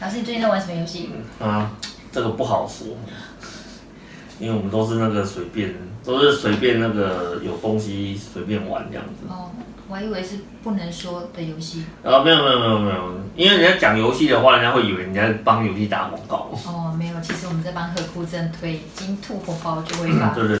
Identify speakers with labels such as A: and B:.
A: 老师，你最近在玩什么游戏？
B: 啊，这个不好说，因为我们都是那个随便，都是随便那个有东西随便玩这样子。
A: 哦，我还以为是不能说的游戏。
B: 啊，没有没有没有没有，因为人家讲游戏的话，人家会以为人家帮游戏打广告。
A: 哦，没有，其实我们在帮何库正推金兔火包就会发。
B: 对对